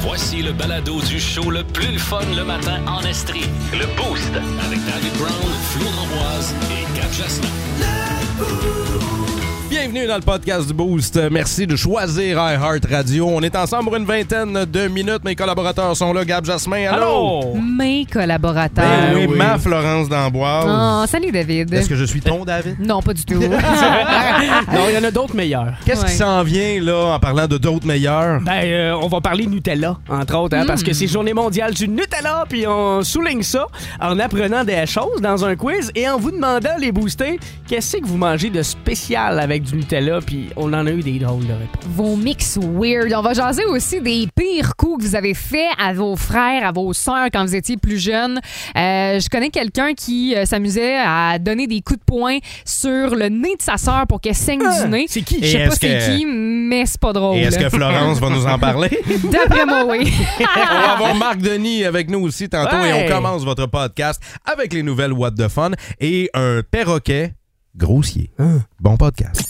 Voici le balado du show le plus le fun le matin en Estrie. Le Boost avec David Brown, Flo Ramboise et Cap Jasmin. Bienvenue dans le podcast du Boost. Merci de choisir iHeart Radio. On est ensemble pour une vingtaine de minutes. Mes collaborateurs sont là. Gab Jasmin, allô? Oh. Mes collaborateurs. Ben oui, ma Florence d'Amboise. Oh, salut David. Est-ce que je suis ton David? Non, pas du tout. Non, il y en a d'autres meilleurs. Qu'est-ce Ouais. qui s'en vient là en parlant de d'autres meilleurs? Ben, euh, on va parler Nutella, entre autres, hein, parce que c'est Journée mondiale du Nutella, puis on souligne ça en apprenant des choses dans un quiz et en vous demandant, les boostés, qu'est-ce que vous mangez de spécial avec du Nutella, puis on en a eu des drôles de réponses. vos mix weird. On va jaser aussi des pires coups que vous avez faits à vos frères, à vos sœurs quand vous étiez plus jeunes. Euh, je connais quelqu'un qui euh, s'amusait à donner des coups de poing sur le nez de sa sœur pour qu'elle saigne du nez. C'est qui? Je sais Ah! Et pas est-ce c'est que- qui, mais c'est pas drôle. Et est-ce que Florence va nous en parler? D'après moi, oui. On va avoir Marc Denis avec nous aussi tantôt et Ouais. on commence votre podcast avec les nouvelles What the Fun et un perroquet grossier. Bon podcast.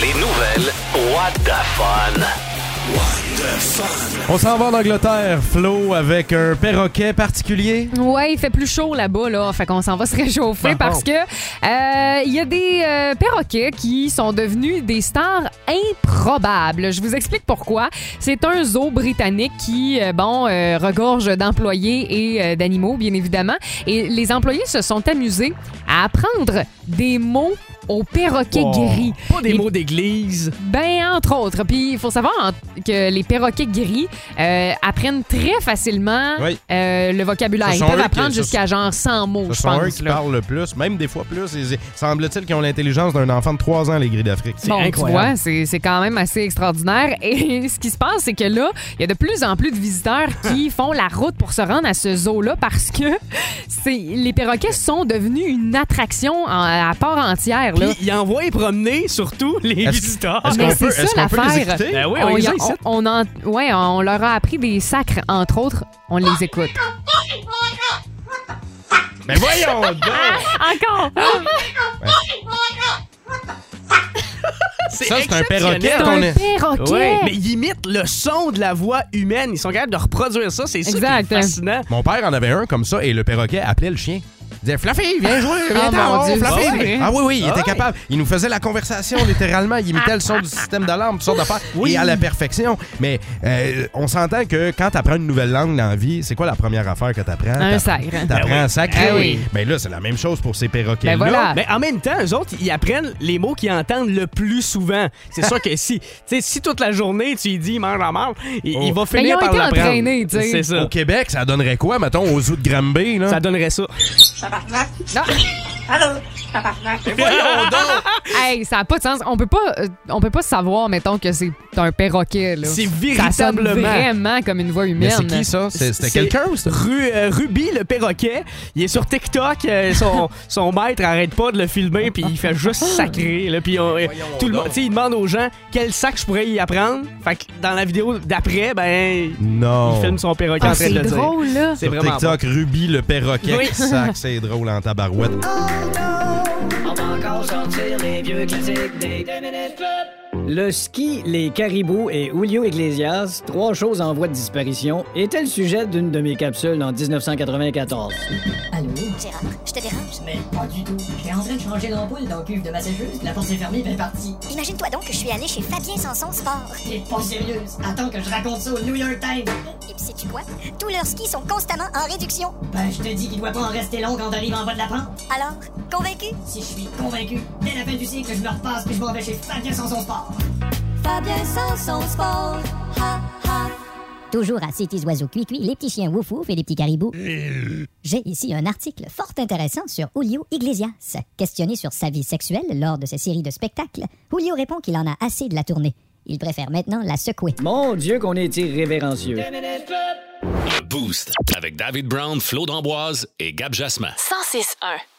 Les nouvelles What the Fun. On s'en va en Angleterre, Flo, avec un perroquet particulier. Ouais, il fait plus chaud là-bas, là. Fait qu'on s'en va se réchauffer Ah, parce que euh, il y a des euh, perroquets qui sont devenus des stars improbables. Je vous explique pourquoi. C'est un zoo britannique qui, euh, bon, euh, regorge d'employés et euh, d'animaux, bien évidemment. Et les employés se sont amusés à apprendre des mots aux perroquets Wow. gris. Pas des Et- mots d'église. Ben, entre autres. Puis, il faut savoir en- que les perroquets gris euh, apprennent très facilement Oui. euh, le vocabulaire. Ce Ils sont peuvent eux qui- apprendre ce jusqu'à genre 100 mots, Ce je sont eux pense. qui là. parlent le plus, même des fois plus. Ils- Semble-t-il qu'ils ont l'intelligence d'un enfant de 3 ans, les grilles d'Afrique. C'est Bon, tu incroyable. vois, c'est c'est quand même assez extraordinaire. Et ce qui se passe, c'est que là, il y a de plus en plus de visiteurs qui font la route pour se rendre à ce zoo-là parce que c'est- les perroquets sont devenus une attraction en- à part entière. Là. Puis il envoie promener, surtout, les Est-ce- visiteurs. est-ce Ah, Mais qu'on peut, c'est ça, est-ce qu'on peut les l'affaire. écouter? Ben oui, on, on, les Oh, y a- a ici. on- on en- ouais, on leur a appris des sacres, entre autres. On les écoute. Mais voyons donc! Encore! Ça, c'est un exceptionnel. perroquet. C'est qu'on un est- perroquet! Ouais, mais ils imitent le son de la voix humaine. Ils sont capables de reproduire ça. C'est ça qui est Exact. fascinant. Mon père en avait un comme ça et le perroquet appelait le chien. Il disait Fluffy, viens jouer, viens Ah, t'en, mon Dieu, Fluffy. c'est vrai. Ah oui, oui, il Ah était ouais. capable. Il nous faisait la conversation littéralement. Il imitait le son du système d'alarme, toutes sortes d'affaires. Et à la perfection. Mais euh, on s'entend que quand t'apprends une nouvelle langue dans la vie, c'est quoi la première affaire que t'apprends? T'apprends- sacre. T'apprends Ben oui. un sacré. Ben oui. Mais là, c'est la même chose pour ces perroquets-là. Ben voilà. Mais en même temps, eux autres, ils apprennent les mots qu'ils entendent le plus souvent. C'est sûr que si, tu sais, si toute la journée, tu lui dis « mange la marde il, Oh. il va Mais Ben, ils finir ont par été l'apprendre. entraînés, tu sais. C'est ça. Au Québec, ça donnerait quoi, mettons, aux zoos de Granby? Là? Ça donnerait ça. Non. Allô? Tabarnak. Hey, ça n'a pas de sens. On peut pas, euh, on peut pas savoir, mettons, que c'est un perroquet. Là. C'est Ça sonne véritablement- vraiment comme une voix Mais humaine. c'est qui ça? C'est- C'était quelqu'un ou c'était- Ru- euh, Ruby, le perroquet, il est sur TikTok. euh, son, son maître arrête pas de le filmer, puis il fait juste sacrer. Là, puis on- euh, tout le monde, tu sais, il demande aux gens quel sac je pourrais y apprendre. Fait que dans la vidéo d'après, ben, Non. il filme son perroquet Ah, en train c'est de le dire. drôle, là. C'est Oh. Sur vraiment TikTok, Ruby le perroquet Oui. qui sac, c'est drôle en tabarouette. Le ski, les caribous et Julio Iglesias, trois choses en voie de disparition, était le sujet d'une de mes capsules en 1994. Allô Gérard, je te dérange Mais pas du tout. J'étais en train de changer l'ampoule dans le cuve de massageuse, la porte s'est fermée, ben parti. Imagine-toi donc que je suis allée chez Fabien Sanson Sport. T'es pas sérieuse. Attends que je raconte ça au New York Times. Et puis sais-tu quoi? Tous leurs skis sont constamment en réduction. Ben, je te dis qu'il doit pas en rester long quand on arrive en bas de la pente. Alors, convaincu? Si je suis convaincu, dès la fin du cycle, je me repasse puis je m'en vais chez Fabien sans son sport. Fabien Sanson Sport. Ha, ha. Toujours à ces petits oiseaux cuit-cuit, les petits chiens wouf et les petits caribous. J'ai ici un article fort intéressant sur Julio Iglesias. Questionné sur sa vie sexuelle lors de ses séries de spectacles, Julio répond qu'il en a assez de la tournée. Il préfère maintenant la secouer. Mon Dieu, qu'on est irrévérencieux. Le Boost avec David Brown, Flo D'Amboise et Gab Jasmin.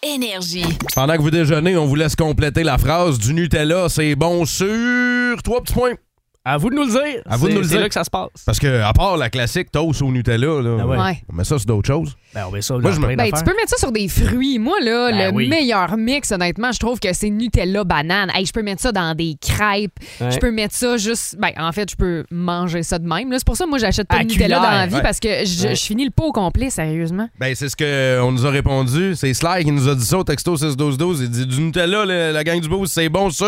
106.1 Énergie. Pendant que vous déjeunez, on vous laisse compléter la phrase du Nutella, c'est bon sur trois petits points. À vous de nous le dire. À vous de C'est- nous le C'est dire. là que ça se passe. Parce que, à part la classique toast au Nutella, là, Ah ouais. Ouais. mais ça, c'est d'autres choses. Ben, on met ça Moi, je me- plein Ben, d'affaires. tu peux mettre ça sur des fruits. Moi, là, Ben le oui. meilleur mix, honnêtement, je trouve que c'est Nutella banane. Hey, je peux mettre ça dans des crêpes. Ouais. Je peux mettre ça juste. Ben, en fait, je peux manger ça de même. là. C'est pour ça que moi, j'achète pas À de Nutella cuillère, dans la vie ouais. parce que je, Ouais. je finis le pot au complet, sérieusement. Ben, c'est ce qu'on nous a répondu. C'est Sly qui nous a dit ça au texto 61212. Il dit du Nutella, le- la gang du boost, c'est bon sur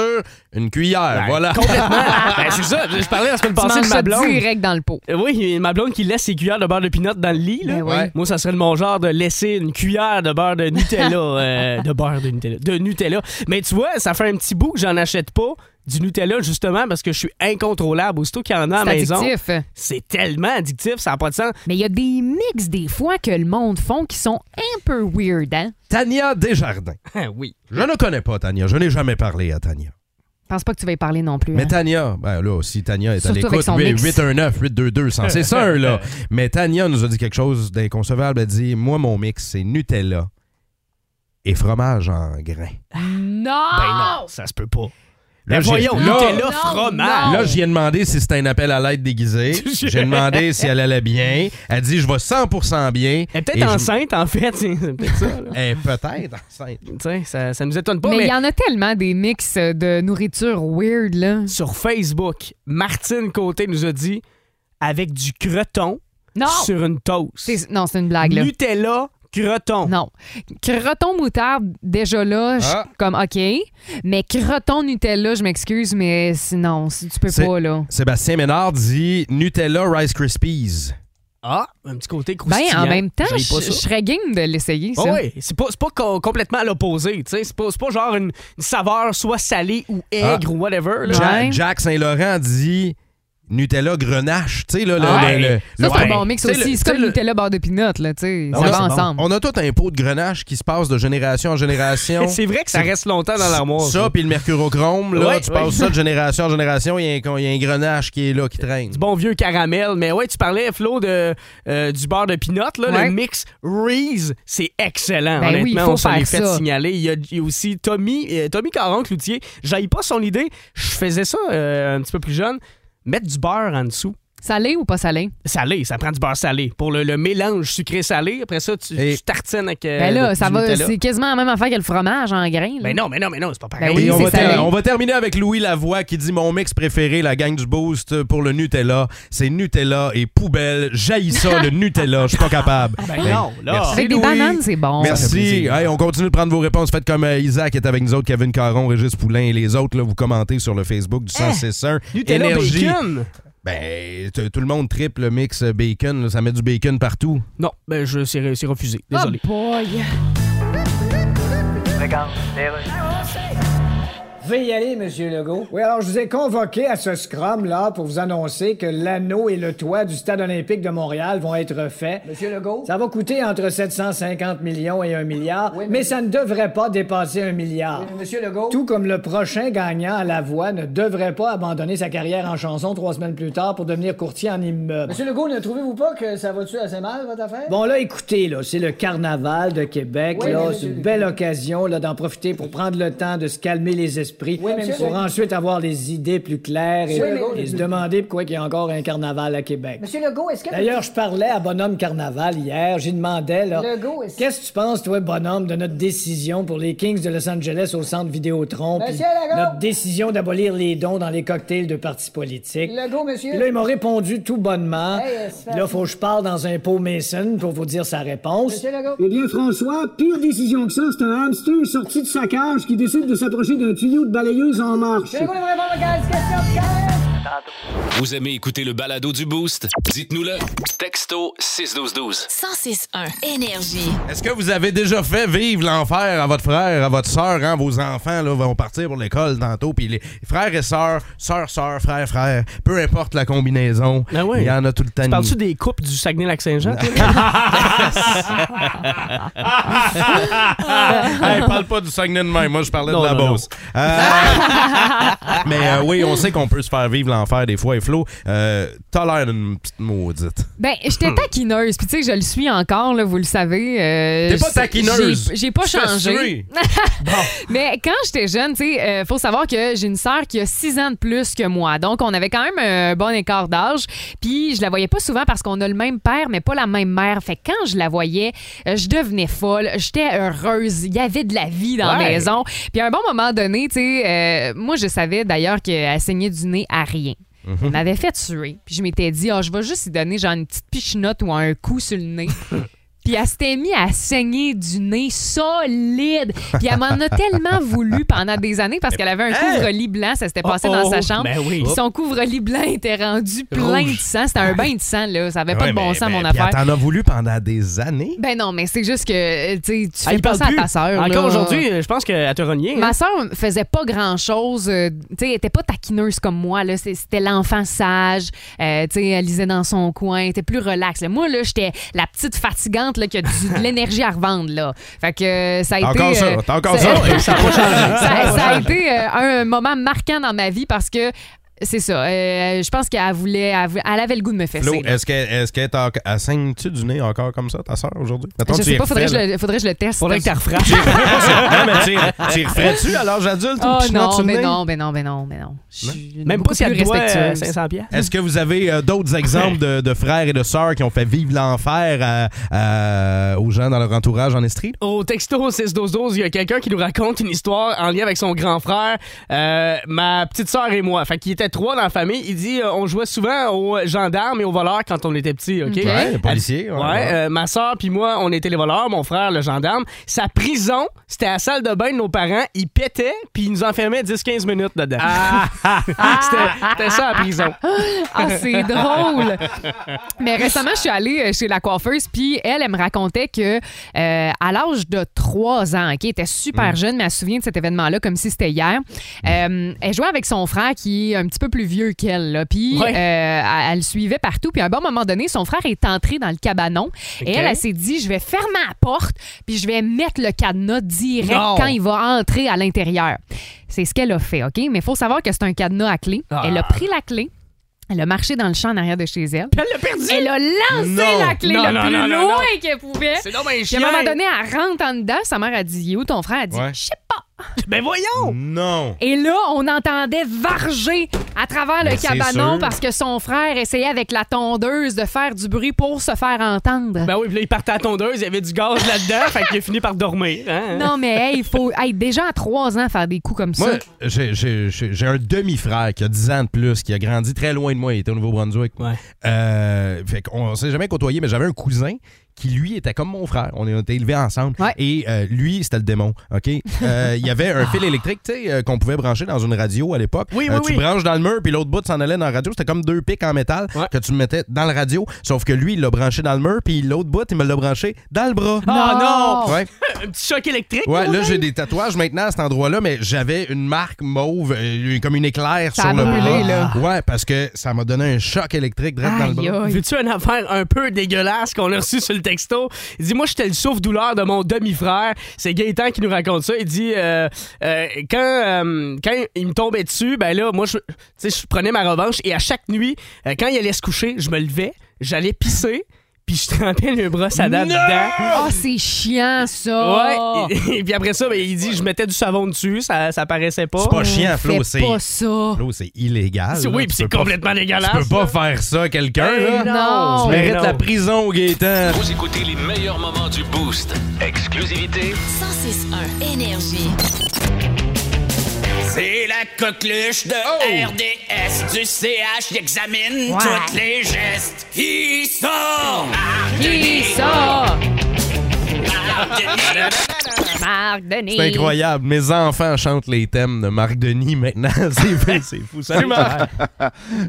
une cuillère. Ben, voilà. Complètement. ben, c'est ça. Je parlais la semaine Tu passée manges de ma ça blonde. direct dans le pot. Euh, Oui, ma blonde qui laisse ses cuillères de beurre de pinot dans le lit. Là. Ben oui. Ouais. Moi, ça serait de mon genre de laisser une cuillère de beurre de Nutella. euh, de beurre de Nutella. De Nutella. Mais tu vois, ça fait un petit bout que j'en achète pas du Nutella, justement, parce que je suis incontrôlable. Aussitôt qu'il y en a à C'est la maison, addictif. c'est tellement addictif, ça n'a pas de sens. Mais il y a des mix des fois que le monde font qui sont un peu weird, hein? Tania Desjardins. Ah oui. Je ne connais pas Tania. Je n'ai jamais parlé à Tania. Je pense pas que tu vas y parler non plus. Mais hein. Tania, ben là, si Tania est à Surtout l'écoute, avec son huit- mix. 819-822, c'est sûr, là. Mais Tania nous a dit quelque chose d'inconcevable. Elle dit Moi, mon mix, c'est Nutella et fromage en grains. Non! Ben Ah! non, ça se peut pas. Là, Ben j'ai- voyons, là- Nutella, Non, fromage. Là, j'y ai demandé si c'était un appel à l'aide déguisé. J'ai demandé si elle allait bien. Elle dit Je vais 100 bien. Elle est Et peut-être je- enceinte, en fait. C'est peut-être ça. là. Elle est peut-être enceinte. Tu sais, ça, ça nous étonne pas, mais il mais y en a tellement des mix de nourriture weird, là. sur Facebook, Martine Côté nous a dit avec du creton Non! sur une toast. Ah! C'est- Non, c'est une blague, là. Nutella, creton. Non. Croton moutarde, déjà là, je suis Ah. comme OK. Mais croton Nutella, je m'excuse, mais sinon, si tu peux C'est- pas, là. Sébastien Ménard dit Nutella Rice Krispies. Ah, un petit côté croustillant. Ben, en même temps, J'aille je pas ça. je serais game de l'essayer, ça. Ah ouais, c'est pas, c'est pas co- complètement à l'opposé, tu sais. C'est pas, c'est pas genre une, une saveur soit salée ou aigre ou whatever. là. Ja- Ouais. Jack Saint-Laurent dit Nutella Grenache. Tu sais, là, le- Ouais. le- le- Ça, c'est Ouais. un bon mix T'sais, aussi. le- C'est comme t'sais, le- Ah Nutella barre de pinot, là, tu sais. Ça On a- va ensemble. On a tout un pot de grenache qui se passe de génération en génération. C'est vrai que ça reste longtemps dans l'armoire. Ça, puis le mercurochrome, là, Ouais, tu ouais. passes ça de génération en génération, il y, a un con- il y a un grenache qui est là, qui traîne. du bon vieux caramel. Mais ouais, tu parlais, Flo, de, euh, du beurre de pinot. Là, Ouais. Le mix Reese, c'est excellent. Ben Honnêtement, oui, il faut on s'en est faire fait ça. signaler. Il y a, il y a aussi Tommy, euh, Tommy Caron-Cloutier. J'aille pas son idée. Je faisais ça euh, un petit peu plus jeune. Mettre du beurre en dessous. Salé ou pas salé? Salé, ça prend du beurre salé. Pour le, le mélange sucré-salé, après ça, tu, Et- tu tartines avec. euh, Ben là, du ça va. Nutella. C'est quasiment la même affaire que le fromage en grains. là. Ben non, mais non, mais non, c'est pas pareil. Ben Et oui, on, c'est va ter- salé. on va terminer avec Louis Lavoie qui dit Mon mix préféré, la gang du Boost pour le Nutella, c'est Nutella et poubelle. Jaillit ça, le Nutella, je suis pas capable. Ben non, là. merci. Avec des Louis. bananes, c'est bon. Merci. Hey, on continue de prendre vos réponses. Faites comme euh, Isaac est avec nous autres, Kevin Caron, Régis Poulain et les autres. Là, vous commentez sur le Facebook du 161. Eh, Nutella Énergie. bacon. Ben, t- tout le monde triple le mix euh, bacon. là. ça met du bacon partout. Non, ben je c'est re- c'est refusé. Oh Désolé. boy! Veuillez y aller, Monsieur Legault. Oui, alors je vous ai convoqué à ce scrum-là pour vous annoncer que l'anneau et le toit du Stade olympique de Montréal vont être faits. Monsieur Legault? Ça va coûter entre 750 millions et 1 milliard, mais... ça ne devrait pas dépasser 1 milliard. Monsieur Legault? Tout comme le prochain gagnant à la voix ne devrait pas abandonner sa carrière en chanson trois semaines plus tard pour devenir courtier en immeuble. Monsieur Legault, ne trouvez-vous pas que ça va-tu assez mal, votre affaire? Bon, là, écoutez, là, c'est le carnaval de Québec, là, c'est une belle occasion, là, d'en profiter pour prendre le temps de se calmer les esprits, pour ensuite avoir des idées plus claires et, et se demander pourquoi il y a encore un carnaval à Québec. Monsieur Legault, est-ce que. D'ailleurs, je parlais à Bonhomme Carnaval hier. J'y demandais, là. Legault, est-ce- Qu'est-ce que tu penses, toi, Bonhomme, de notre décision pour les Kings de Los Angeles au centre Vidéotron? puis Monsieur Legault! Notre décision d'abolir les dons dans les cocktails de partis politiques. Legault, monsieur? Puis là, il m'a répondu tout bonnement. Hey, euh, est-ce Puis là, faut que je parle dans un pot Mason pour vous dire sa réponse. Monsieur Legault? Eh bien, François, pire décision que ça, c'est un hamster sorti de sa cage qui décide de s'approcher d'un tuyau de balayeuse en marche. Legault, il va répondre à la question de Pierre. Vous aimez écouter le balado du Boost? Dites-nous-le. Texto 61212. 106.1 Énergie. Est-ce que vous avez déjà fait vivre l'enfer à votre frère, à votre sœur, hein? Vos enfants là, vont partir pour l'école tantôt, puis les frères et sœurs, sœurs, sœurs, frères, frères, peu importe la combinaison, il Ah ouais. y en a tout le temps. Tu Parles-tu des coupes du Saguenay-Lac-Saint-Jean? Ah, toi? Ah! hey, parle pas du Saguenay de même. Moi, je parlais Non, de la non, Beauce. Euh, mais euh, oui, on sait qu'on peut se faire vivre l'enfer des fois. Et Flo, euh, tolère une petite maudite. Ben, Hmm. j'étais taquineuse, puis tu sais, je le suis encore, là, vous le savez. euh, T'es pas je- taquineuse. j'ai- J'ai pas Tu te changé. Ah, suis. Ah, Mais quand j'étais jeune, tu sais, euh, faut savoir que j'ai une sœur qui a six ans de plus que moi. Donc, on avait quand même un bon écart d'âge. Puis, je la voyais pas souvent parce qu'on a le même père, mais pas la même mère. Fait que quand je la voyais, euh, je devenais folle. J'étais heureuse. Il y avait de la vie dans la Ouais. maison. Puis, à un bon moment donné, tu sais, euh, moi, je savais d'ailleurs qu'elle saignait du nez à rien. Mhm. Elle m'avait fait tuer. Puis je m'étais dit, Ah, je vais juste y donner genre une petite pichinotte ou un coup sur le nez. Puis elle s'était mise à saigner du nez solide. Puis elle m'en a tellement voulu pendant des années parce qu'elle avait un Hey! couvre-lit blanc. Ça s'était passé Oh, dans oh, sa chambre. ben oui. Puis Son couvre-lit blanc était rendu plein Rouge. de sang. C'était un bain de sang, là. Ça avait pas Ouais, de bon mais- sens, mais- puis mon affaire. elle T'en as voulu pendant des années. Ben non, mais c'est juste que euh, tu sais, tu Ah, fais il pas parle ça à plus. ta sœur. Encore là. aujourd'hui, euh, je pense qu'elle te reniait. Ma sœur faisait pas grand-chose. euh, tu sais, elle était pas taquineuse comme moi. Là. C'est- C'était l'enfant sage. Euh, tu sais, elle lisait dans son coin. Elle était plus relaxe. là. Moi, là, j'étais la petite fatigante là, qui a du- de l'énergie à revendre. Là. Fait que euh, ça a T'as été... encore ça, euh, t'as encore ça. Ça a pas changé. ça, Ça a pas ça a changé. été euh, un moment marquant dans ma vie parce que... C'est ça. euh, je pense qu'elle voulait, elle, voulait- elle avait le goût de me fesser. Flo, là. est-ce que est-ce que t'as- elle saigne-tu du nez encore comme ça, ta sœur, aujourd'hui? Mettons, je tu y sais pas, faudrait que refais, je, là. le, faudrait que je le teste. Faudrait que t'en refrasses. Non, mais tu y- tu y referais-tu à l'âge adulte, une Oh petite note non, sur le mais nez? non, mais non, mais non, mais non. Je suis Même beaucoup pas si elle plus te doit, euh, respectueuse. 500 piastres. Est-ce que vous avez euh, d'autres exemples de, de frères et de sœurs qui ont fait vivre l'enfer à- à- aux gens dans leur entourage en Estrie? Au texto 6-12-12, il y a quelqu'un qui nous raconte une histoire en lien avec son grand frère, euh, ma petite sœur et moi. Fait qu'il était trois dans la famille. Il dit euh, on jouait souvent aux gendarmes et aux voleurs quand on était petits, OK? Ok. Ouais, les policiers, Elle- ouais, Ouais, ouais. euh, ma sœur puis moi, on était les voleurs, mon frère, le gendarme. Sa prison, c'était la salle de bain de nos parents. Ils pétaient, puis ils nous enfermaient 10-15 minutes dedans. C'était- c'était ça, la prison. Ah, c'est drôle. Mais récemment, je suis allée euh, chez la coiffeuse, puis elle, elle me racontait que euh, à l'âge de 3 ans, OK, elle était super Mm. jeune, mais elle se souvient de cet événement-là comme si c'était hier. Euh, elle jouait avec son frère qui est un petit peu plus vieux qu'elle, là. puis Ouais. euh, elle, elle le suivait partout. Puis à un bon moment donné, son frère est entré dans le cabanon et OK. elle, elle s'est dit, je vais fermer la porte, puis je vais mettre le cadenas direct Non. quand il va entrer à l'intérieur. C'est ce qu'elle a fait, OK? Mais il faut savoir que c'est un cadenas à clé. Ah. Elle a pris la clé. Elle a marché dans le champ en arrière de chez elle. elle l'a perdu. Elle a lancé Non. la clé Non, le non, plus non, non, loin non. qu'elle pouvait. C'est donc bien Puis à chien. un moment donné, elle rentre en dedans. Sa mère a dit Il est où ton frère? Elle dit Ouais. Je sais pas. Ben voyons! Non! Et là, on entendait varger à travers Mais le c'est cabanon sûr. parce que son frère essayait avec la tondeuse de faire du bruit pour se faire entendre. Ben oui, puis là, il partait à la tondeuse, il y avait du gaz là-dedans, fait qu'il a fini par dormir. hein? Non, mais hey, il faut. hey, déjà à trois ans, faire des coups comme ça. Moi, j'ai- j'ai j'ai- j'ai un demi-frère qui a 10 ans de plus, qui a grandi très loin de moi. Il était au Nouveau-Brunswick. Euh, fait qu'on s'est jamais côtoyé, mais j'avais un cousin qui, lui, était comme mon frère. On était élevés ensemble. Et euh, lui, c'était le démon. OK? Euh, Il y avait un fil électrique, tu sais, euh, qu'on pouvait brancher dans une radio à l'époque. Ah. Euh, Oui, oui, Tu oui. branches dans le mur, puis l'autre bout s'en allait dans la radio. C'était comme deux pics en métal que tu mettais dans la radio. Sauf que lui, il l'a branché dans le mur, puis l'autre bout, il me l'a branché dans le bras. Ah non! Ouais. Un petit choc électrique. Ouais, là, j'ai des tatouages maintenant à cet endroit-là, mais j'avais une marque mauve, euh, comme une éclair Ça sur a le bras. brûlé, là. Ouais, parce que ça m'a donné un choc électrique direct dans le bras. Veux-tu une affaire un peu dégueulasse qu'on a reçue sur le texto? Il dit Moi, j'étais le souffre-douleur de mon demi-frère. C'est Gaëtan qui nous raconte ça. Il dit euh, euh, quand, euh, quand il me tombait dessus, ben là, moi, je, tu sais, je prenais ma revanche et à chaque nuit, euh, quand il allait se coucher, je me levais, j'allais pisser, puis je trempais le brosse à dents dedans. Oh, c'est chiant, ça. Ouais. Et, puis après ça, ben, il dit je mettais du savon dessus, ça, ça paraissait pas. C'est pas chiant, Flo. C'est pas ça. Flo, c'est illégal. C'est- là. oui, Tu puis c'est peux pas- complètement Ben dégueulasse, Tu peux pas faire ça à quelqu'un, Hey, là. non. Tu Ben mérites Non. la prison, Gaëtan. Vous écoutez les meilleurs moments du Boost. Exclusivité. 106.1 Énergie. C'est la coqueluche de RDS du CH. J'examine Ouais. tous les gestes qui sont. Marc Qui Denis. sont. Marc Denis. Marc Denis. C'est incroyable. Mes enfants chantent les thèmes de Marc Denis maintenant. C'est fou, c'est fou. Salut, Marc.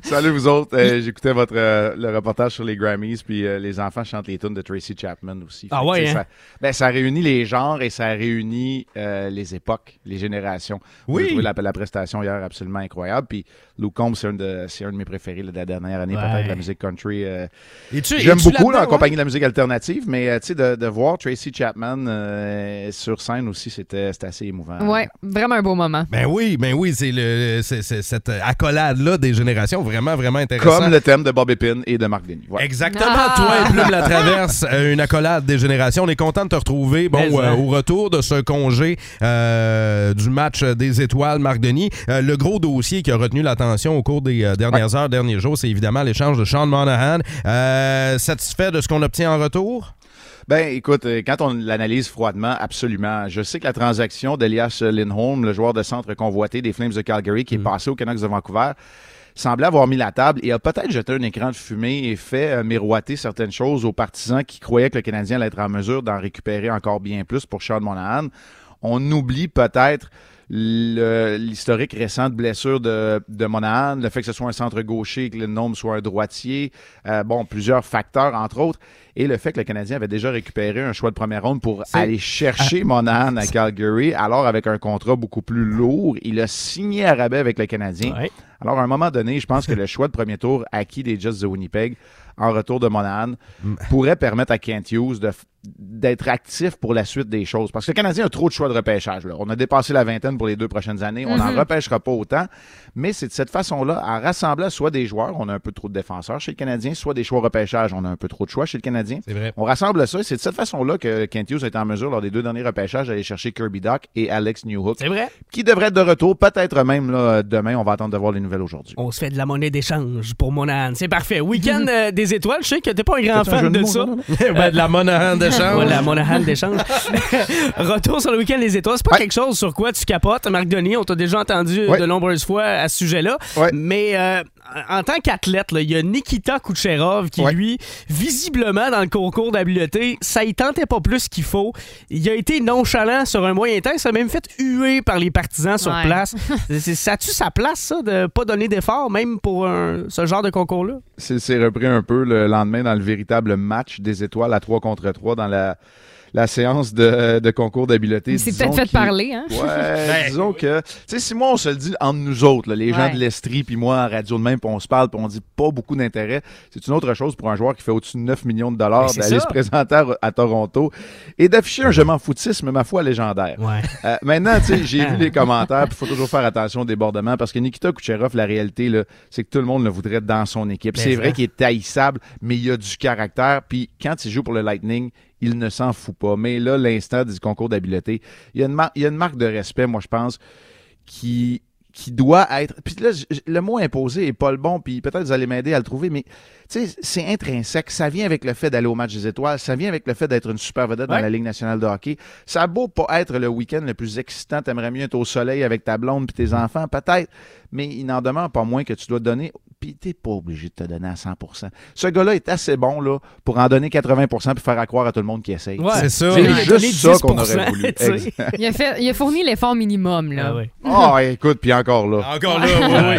Salut vous autres. Euh, J'écoutais votre euh, le reportage sur les Grammys, puis euh, les enfants chantent les tunes de Tracy Chapman aussi. Ah Fait que, ouais, tu sais, hein? ça, ben, ça réunit les genres et ça réunit euh, les époques, les générations. On Oui. a trouvé la, la prestation hier absolument incroyable. Puis Lou Combs, c'est un, de, c'est un de mes préférés là, de la dernière année, Ouais. peut-être de la musique country. euh, Es-tu- J'aime es-tu hein? beaucoup là, là-dedans, en ouais? compagnie de la musique alternative, mais euh, tu sais, de, de voir Tracy Chapman euh, sur scène scène aussi, c'était c'était assez émouvant. Ouais, vraiment un beau moment. Ben oui, ben oui, c'est le c'est- c'est- cette accolade-là des générations vraiment, vraiment intéressante. Comme le thème de Bob Epine et de Marc Denis. Voilà. Exactement, toi et Plume la traverse, euh, une accolade des générations. On est content de te retrouver. Bon, Mais, euh, hein. au retour de ce congé euh, du match des étoiles, Marc Denis, euh, le gros dossier qui a retenu l'attention au cours des euh, dernières heures, derniers jours, c'est évidemment l'échange de Sean Monahan. Euh, satisfait de ce qu'on obtient en retour? Ben, écoute, euh, quand on l'analyse froidement, absolument. Je sais que la transaction d'Elias Lindholm, le joueur de centre convoité des Flames de Calgary, qui est passé aux Canucks de Vancouver, semblait avoir mis la table et a peut-être jeté un écran de fumée et fait euh, miroiter certaines choses aux partisans qui croyaient que le Canadien allait être en mesure d'en récupérer encore bien plus pour Sean Monahan. On oublie peut-être le- l'historique récent de blessure de, de Monahan, le fait que ce soit un centre gaucher et que Lindholm soit un droitier, euh, bon, plusieurs facteurs, entre autres, et le fait que le Canadien avait déjà récupéré un choix de première ronde pour aller chercher Monahan à Calgary, alors avec un contrat beaucoup plus lourd, il a signé à rabais avec le Canadien. Alors, à un moment donné, je pense que le choix de premier tour acquis des Jets de Winnipeg en retour de Monahan pourrait permettre à Kent Hughes de f- d'être actif pour la suite des choses. Parce que le Canadien a trop de choix de repêchage. là. On a dépassé la vingtaine pour les deux prochaines années. On n'en Mhm. repêchera pas autant. Mais c'est de cette façon-là, en rassemblant soit des joueurs, on a un peu trop de défenseurs chez le Canadien, soit des choix repêchage, on a un peu trop de choix chez le Canadien. C'est vrai. On rassemble ça. et C'est de cette façon-là que Kent Hughes a été en mesure, lors des deux derniers repêchages, d'aller chercher Kirby Doc et Alex Newhook. C'est vrai. Qui devrait être de retour, peut-être même là, demain. On va attendre de voir les nouvelles aujourd'hui. On se fait de la monnaie d'échange pour Monahan. C'est parfait. Week-end euh, des étoiles, je sais que t'es pas un grand C'est un jeu fan de de, mots, ça. non, non? Ben, de la Monahan d'échange. Ouais, de la Monahan d'échange. Retour sur le week-end des étoiles. C'est pas quelque chose sur quoi tu capotes, Marc Denis. On t'a déjà entendu de nombreuses fois à ce sujet-là. Mais euh, en tant qu'athlète, là, il y a Nikita Kucherov qui, lui, visiblement, dans le concours d'habileté, ça y tentait pas plus qu'il faut. Il a été nonchalant sur un moyen temps. Il s'est même fait huer par les partisans sur Ouais. place. C'est- c'est- ça tue sa place, ça, de pas donner d'effort, même pour un- ce genre de concours-là? C'est c'est repris un peu le lendemain dans le véritable match des étoiles à 3 contre 3 dans la, la séance de, de concours d'habileté. Il s'est Disons peut-être fait qu'il- parler, hein? Ouais, disons que, tu sais, si moi on se le dit entre nous autres, là, les gens Ouais. de l'Estrie, puis moi en radio de même, puis on se parle, puis on dit pas beaucoup d'intérêt, c'est une autre chose pour un joueur qui fait au-dessus de 9 millions de Ben, dollars c'est d'aller ça. se présenter à, à Toronto et d'afficher un je m'en foutisme, ma foi, légendaire. Euh, maintenant, tu sais, j'ai vu les commentaires, puis il faut toujours faire attention aux débordements parce que Nikita Kucherov, la réalité, là, c'est que tout le monde le voudrait dans son équipe. Ben, c'est vrai. vrai qu'il est taillissable, mais il a du caractère. Puis quand il joue pour le Lightning, il ne s'en fout pas. Mais là, l'instant du concours d'habileté, il y, a une mar- il y a une marque de respect, moi, je pense, qui qui doit être. Puis là, j- j- le mot imposé est pas le bon, puis peut-être vous allez m'aider à le trouver, mais tu sais, c'est intrinsèque. Ça vient avec le fait d'aller au match des étoiles, ça vient avec le fait d'être une super vedette dans Ouais. la Ligue nationale de hockey. Ça a beau pas être le week-end le plus excitant, t'aimerais mieux être au soleil avec ta blonde puis Mm. tes enfants, peut-être, mais il n'en demande pas moins que tu dois donner, puis t'es pas obligé de te donner à 100 Ce gars-là est assez bon, là, pour en donner 80 puis faire à croire à tout le monde qui essaye. Ouais. C'est ça. C'est Il en a donné juste ça qu'on 10%, aurait voulu. tu sais. Exact. Il a, fait, il a fourni l'effort minimum, là. Ah, écoute, puis encore là. Encore là,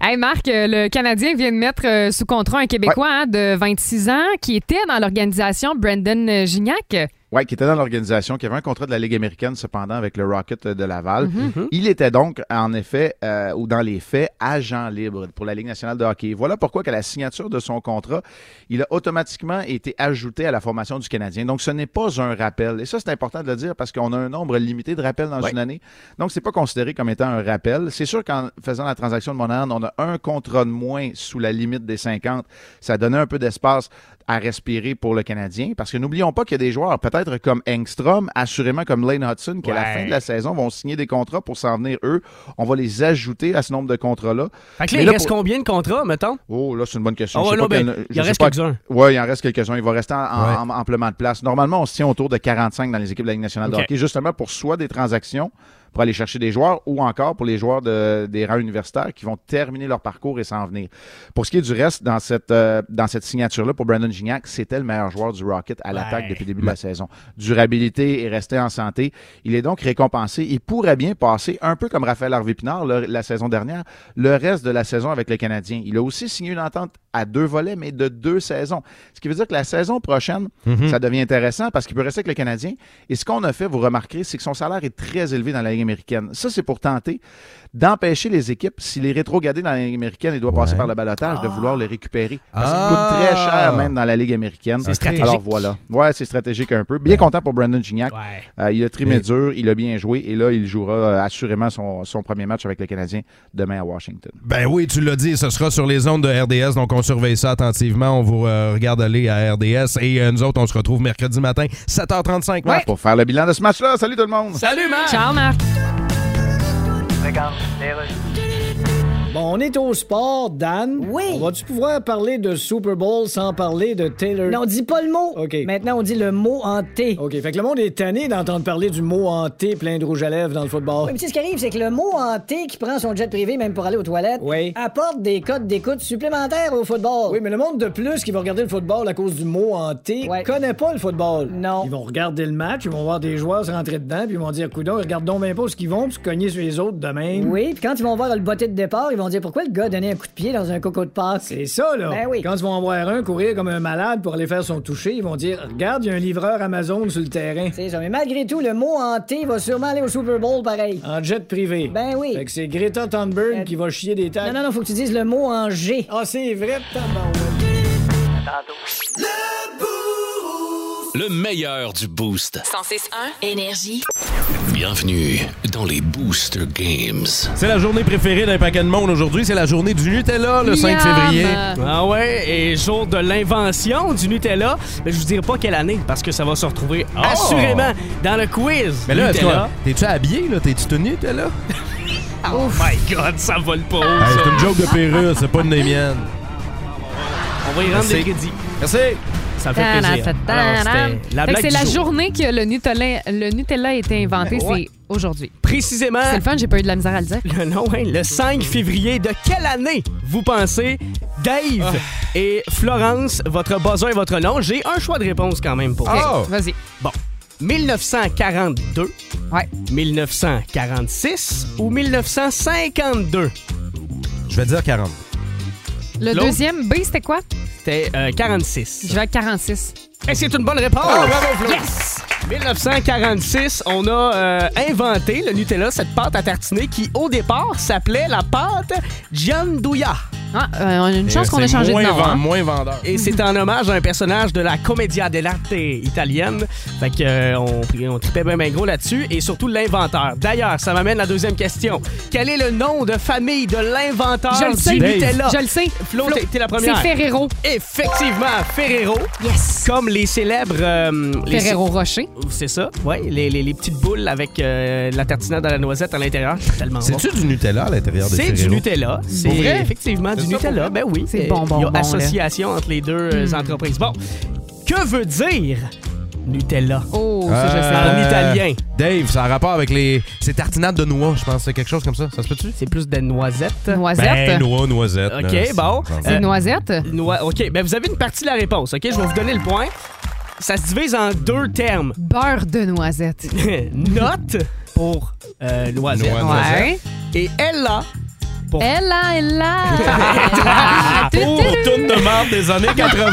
Hey Marc, euh, le Canadien vient de mettre euh, sous contrat un Québécois hein, de 26 ans qui était dans l'organisation Brandon euh, Gignac. Oui, qui était dans l'organisation, qui avait un contrat de la Ligue américaine, cependant, avec le Rocket de Laval. Mhm. Il était donc, en effet, euh, ou dans les faits, agent libre pour la Ligue nationale de hockey. Voilà pourquoi, qu'à la signature de son contrat, il a automatiquement été ajouté à la formation du Canadien. Donc, ce n'est pas un rappel. Et ça, c'est important de le dire parce qu'on a un nombre limité de rappels dans Ouais. une année. Donc, c'est pas considéré comme étant un rappel. C'est sûr qu'en faisant la transaction de Monahan, on a un contrat de moins sous la limite des 50. Ça donnait un peu d'espace à respirer pour le Canadien. Parce que n'oublions pas qu'il y a des joueurs, peut-être comme Engstrom, assurément comme Lane Hudson, qui à la Ouais. fin de la saison vont signer des contrats pour s'en venir eux. On va les ajouter à ce nombre de contrats-là. Fait que là, Mais il là, reste pour- combien de contrats, mettons? Oh, là, c'est une bonne question. Ah ouais, Je sais non, pas ben, quel- il je en sais reste pas- quelques-uns. Ouais, il en reste quelques-uns. Il va rester en, en- Ouais. en- amplement de place. Normalement, on se tient autour de 45 dans les équipes de la Ligue nationale Ok. de hockey, justement pour soit des transactions pour aller chercher des joueurs ou encore pour les joueurs de- des rangs universitaires qui vont terminer leur parcours et s'en venir. Pour ce qui est du reste, dans cette, euh, dans cette signature-là, pour Brandon Gignac, c'était le meilleur joueur du Rocket à l'attaque depuis le début de Ben. la saison. Durabilité et rester en santé. Il est donc récompensé. Il pourrait bien passer, un peu comme Raphaël Harvey-Pinard le- la saison dernière, le reste de la saison avec le Canadien. Il a aussi signé une entente à deux volets, mais de deux saisons. Ce qui veut dire que la saison prochaine, Mhm. ça devient intéressant parce qu'il peut rester avec le Canadien. Et ce qu'on a fait, vous remarquerez, c'est que son salaire est très élevé dans la Ligue Ligue américaine. Ça, c'est pour tenter d'empêcher les équipes, s'il est rétrogradé dans la Ligue américaine et doit passer par le balotage, de vouloir le récupérer. Parce qu'il Ah. coûte très cher même dans la Ligue américaine. C'est stratégique. Alors voilà. Ouais, c'est stratégique un peu. Bien content pour Brandon Gignac. Euh, il a trimé Mais- dur, il a bien joué et là, il jouera euh, assurément son, son premier match avec le Canadien demain à Washington. Ben oui, tu l'as dit, ce sera sur les ondes de RDS, donc on surveille ça attentivement. On vous euh, regarde aller à RDS et euh, nous autres, on se retrouve mercredi matin, 7h35, Marc, pour faire le bilan de ce match-là. Salut tout le monde! Salut, Marc! Ciao, Marc! Bon, on est au sport, Dan. Oui. On va-tu pouvoir parler de Super Bowl sans parler de Taylor? Non, on dit pas le mot. OK. Maintenant, on dit le mot en T. OK. Fait que le monde est tanné d'entendre parler du mot en T plein de rouge à lèvres dans le football. Oui, mais tu sais, ce qui arrive, c'est que le mot hanté qui prend son jet privé, même pour aller aux toilettes, Oui. apporte des codes d'écoute supplémentaires au football. Oui, mais le monde de plus qui va regarder le football à cause du mot hanté connaît pas le football. Non. Ils vont regarder le match, ils vont voir des joueurs se rentrer dedans, puis ils vont dire Coudon, regarde donc bien pas ce qu'ils vont, puis se cogner sur les autres demain. Oui, puis quand ils vont voir le botté de départ, ils vont dire pourquoi le gars donnait un coup de pied dans un coco de passe. Ah, C'est ça, là. Ben oui. Quand ils vont en voir un courir comme un malade pour aller faire son toucher, ils vont dire Regarde, il y a un livreur Amazon sur le terrain. C'est ça. Mais malgré tout, le mot hanté va sûrement aller au Super Bowl pareil. En jet privé. Ben oui. Euh, Fait que c'est Greta Thunberg qui va chier des tacs. Non, non, non, faut que tu dises le mot en G. Ah, c'est vrai, Le meilleur du boost. 106.1 Énergie. Bienvenue dans les Booster Games. C'est la journée préférée d'un paquet de monde aujourd'hui. C'est la journée du Nutella, le 5 Miam. février. Ah ouais, et jour de l'invention du Nutella. Mais je vous dirai pas quelle année, parce que ça va se retrouver assurément dans le quiz. Oh! Mais là, est-ce Nutella. qu'on- t'es-tu habillé, là? T'es-tu tenu, t'es là? Oh my god, ça vole pas haut, Hey, ça. c'est une joke de perruque, c'est pas une des miennes. On va y rendre Merci. des crédits. Merci. Ça fait plaisir. Alors, c'était la Fait blague que c'est du la jour. journée que le Nutella, le Nutella a été inventé, Ben ouais. c'est aujourd'hui. Précisément. C'est le fun, j'ai pas eu de la misère à le dire. Le, non, hein, le 5 février de quelle année vous pensez Dave et Florence, votre buzzer et votre nom. J'ai un choix de réponse quand même pour Ok, vous. Vas-y. Bon. 1942, 1946 ou 1952? Je vais dire 40. Le L'autre? deuxième B, c'était quoi? C'était euh, 46. Je vais à 46. Et c'est une bonne réponse! Ah, bravo, Flo. Yes! 1946, on a euh, inventé le Nutella, cette pâte à tartiner qui, au départ, s'appelait la pâte Gianduia. Ah, euh, on a une chance Et qu'on ait Eh, c'est changé de moins nom. vend- hein. moins vendeur. Et c'est en hommage à un personnage de la Commedia dell'arte italienne. Fait que, euh, on, on tripait bien gros là-dessus. Et surtout l'inventeur. D'ailleurs, ça m'amène à la deuxième question. Quel est le nom de famille de l'inventeur Je le du sais. Nutella? Je le sais. Flo, t'es- t'es la première. C'est Ferrero. Effectivement, Ferrero. Yes. Comme les célèbres... euh, les Ferrero Rocher. C'est ça, oui. Les, les- les petites boules avec euh, la tartinade à la noisette à l'intérieur. C'est tellement bon. C'est-tu du Nutella à l'intérieur de C'est du Nutella. C'est vrai? effectivement du C'est ça, pour Nutella. vrai? Ben oui. C'est Euh, bon, bon, Il y a bon, là. association entre les deux euh, Hmm. entreprises. Bon, que veut dire Nutella? Oh, Ah. Euh, En italien. Dave, ça a rapport avec les. C'est tartinade de noix, je pense. C'est quelque chose comme ça. Ça se peut-tu? C'est plus des noisettes. Noisettes. Ben, noix, noisette. là, OK, c'est- bon. ça va. Euh, Noisette. noi- OK, ben vous avez une partie de la réponse. OK, je vais vous donner le point. Ça se divise en deux termes. Beurre de noisette. Note pour euh, noisette. Ouais. Et Ella pour Elle a, elle a. Ah, pour toute demande des années 80.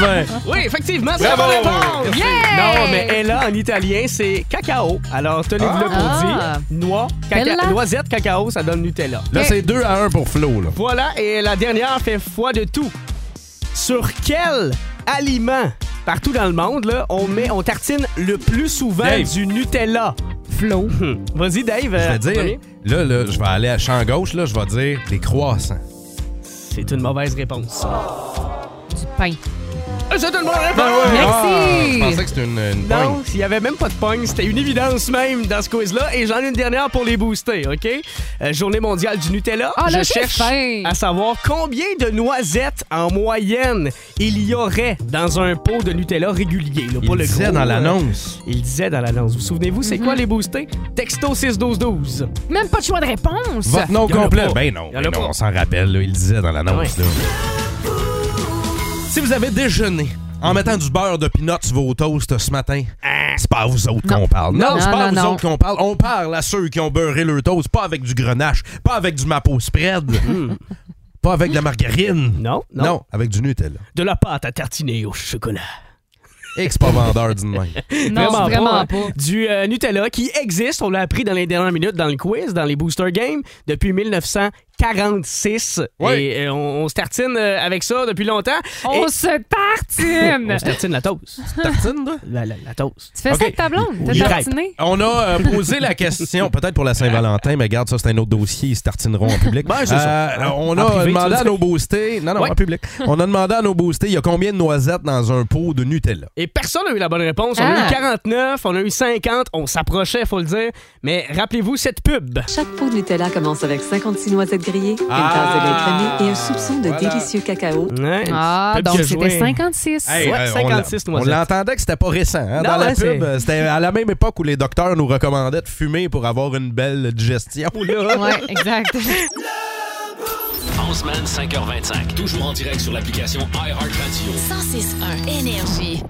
Oui, effectivement, c'est la bonne Bravo! réponse. Merci. Non, mais Ella en italien, c'est cacao. Alors, tenez-vous là pour Ah. dire noix, caca- Bella. noisette, cacao, ça donne Nutella. Là, c'est 2 à 1 pour Flo. Là. Voilà, et la dernière fait foi de tout. Sur quel aliment partout dans le monde, là, on, met, on tartine le plus souvent Dave. du Nutella? Flo. Hum. Vas-y, Dave. Je euh, vais dire, premier. là, là, je vais aller à champ gauche, là, je vais dire des croissants. C'est une mauvaise réponse. Ben Du pain. C'est une bonne réponse! Ah, je pensais Merci. que c'était une, une Non, pointe. s'il n'y avait même pas de pogne, c'était une évidence même dans ce quiz-là. Et j'en ai une dernière pour les booster, OK? Euh, journée mondiale du Nutella. Ah, là, Je j'ai cherche faim. à savoir combien de noisettes en moyenne il y aurait dans un pot de Nutella régulier. Là, pas Il le disait gros, dans euh, l'annonce. Il disait dans l'annonce. Vous souvenez-vous, Mm-hmm. c'est quoi les boostés? Texto 61212. Même pas de choix de réponse. Votre nom y en a complet. pas. Ben non, Y en ben a non, pas. Ah on s'en rappelle, là, il disait dans l'annonce. Ouais. là. Si vous avez déjeuné en mettant du beurre de peanuts sur vos toasts ce matin, Ah. c'est pas à vous autres qu'on parle. Non, Non, c'est pas à non, vous non. autres qu'on parle. On parle à ceux qui ont beurré leur toast, pas avec du grenache, pas avec du mapo spread, pas avec de la margarine. Hmm. Non, non, Non, avec du Nutella. De la pâte à tartiner au chocolat. Et que c'est pas vendeur d'une main. vraiment hein. Du euh, Nutella qui existe, on l'a appris dans les dernières minutes dans le quiz, dans les Booster Games, depuis 1946. Et euh, on, on se tartine euh, avec ça depuis longtemps. On Et- se tartine! on se tartine la toast. tartine, toi? La, la, la toast. Tu fais ça avec ta blonde? Il- T'as tartiné? On a euh, posé la question, peut-être pour la Saint-Valentin, mais garde ça, c'est un autre dossier, ils se tartineront en public. Euh, Ben, c'est ça. on En a privé, tu demandé veux à dire? nos boostés, non, non, Ouais. en public, on a demandé à nos boostés, il y a combien de noisettes dans un pot de Nutella? Et personne n'a eu la bonne réponse. On a Ah. eu 49, on a eu 50, on s'approchait, faut le dire. Mais rappelez-vous cette pub. Chaque pot de Nutella commence avec 56 noisettes grillées, Ah. une tasse de lait crémé et un soupçon de Voilà. délicieux cacao. Ouais, Ah, hein? pub donc qui a c'était joué. 56. Hey, Ouais, euh, on 56 l'a- on noisettes. l'entendait que c'était pas récent. hein, Non, dans la ouais, c'est- pub, euh, c'était à la même époque où les docteurs nous recommandaient de fumer pour avoir une belle digestion. là. Ouais, exact. En semaine, 5h25. Toujours en direct sur l'application iHeartRadio. 106.1 Énergie.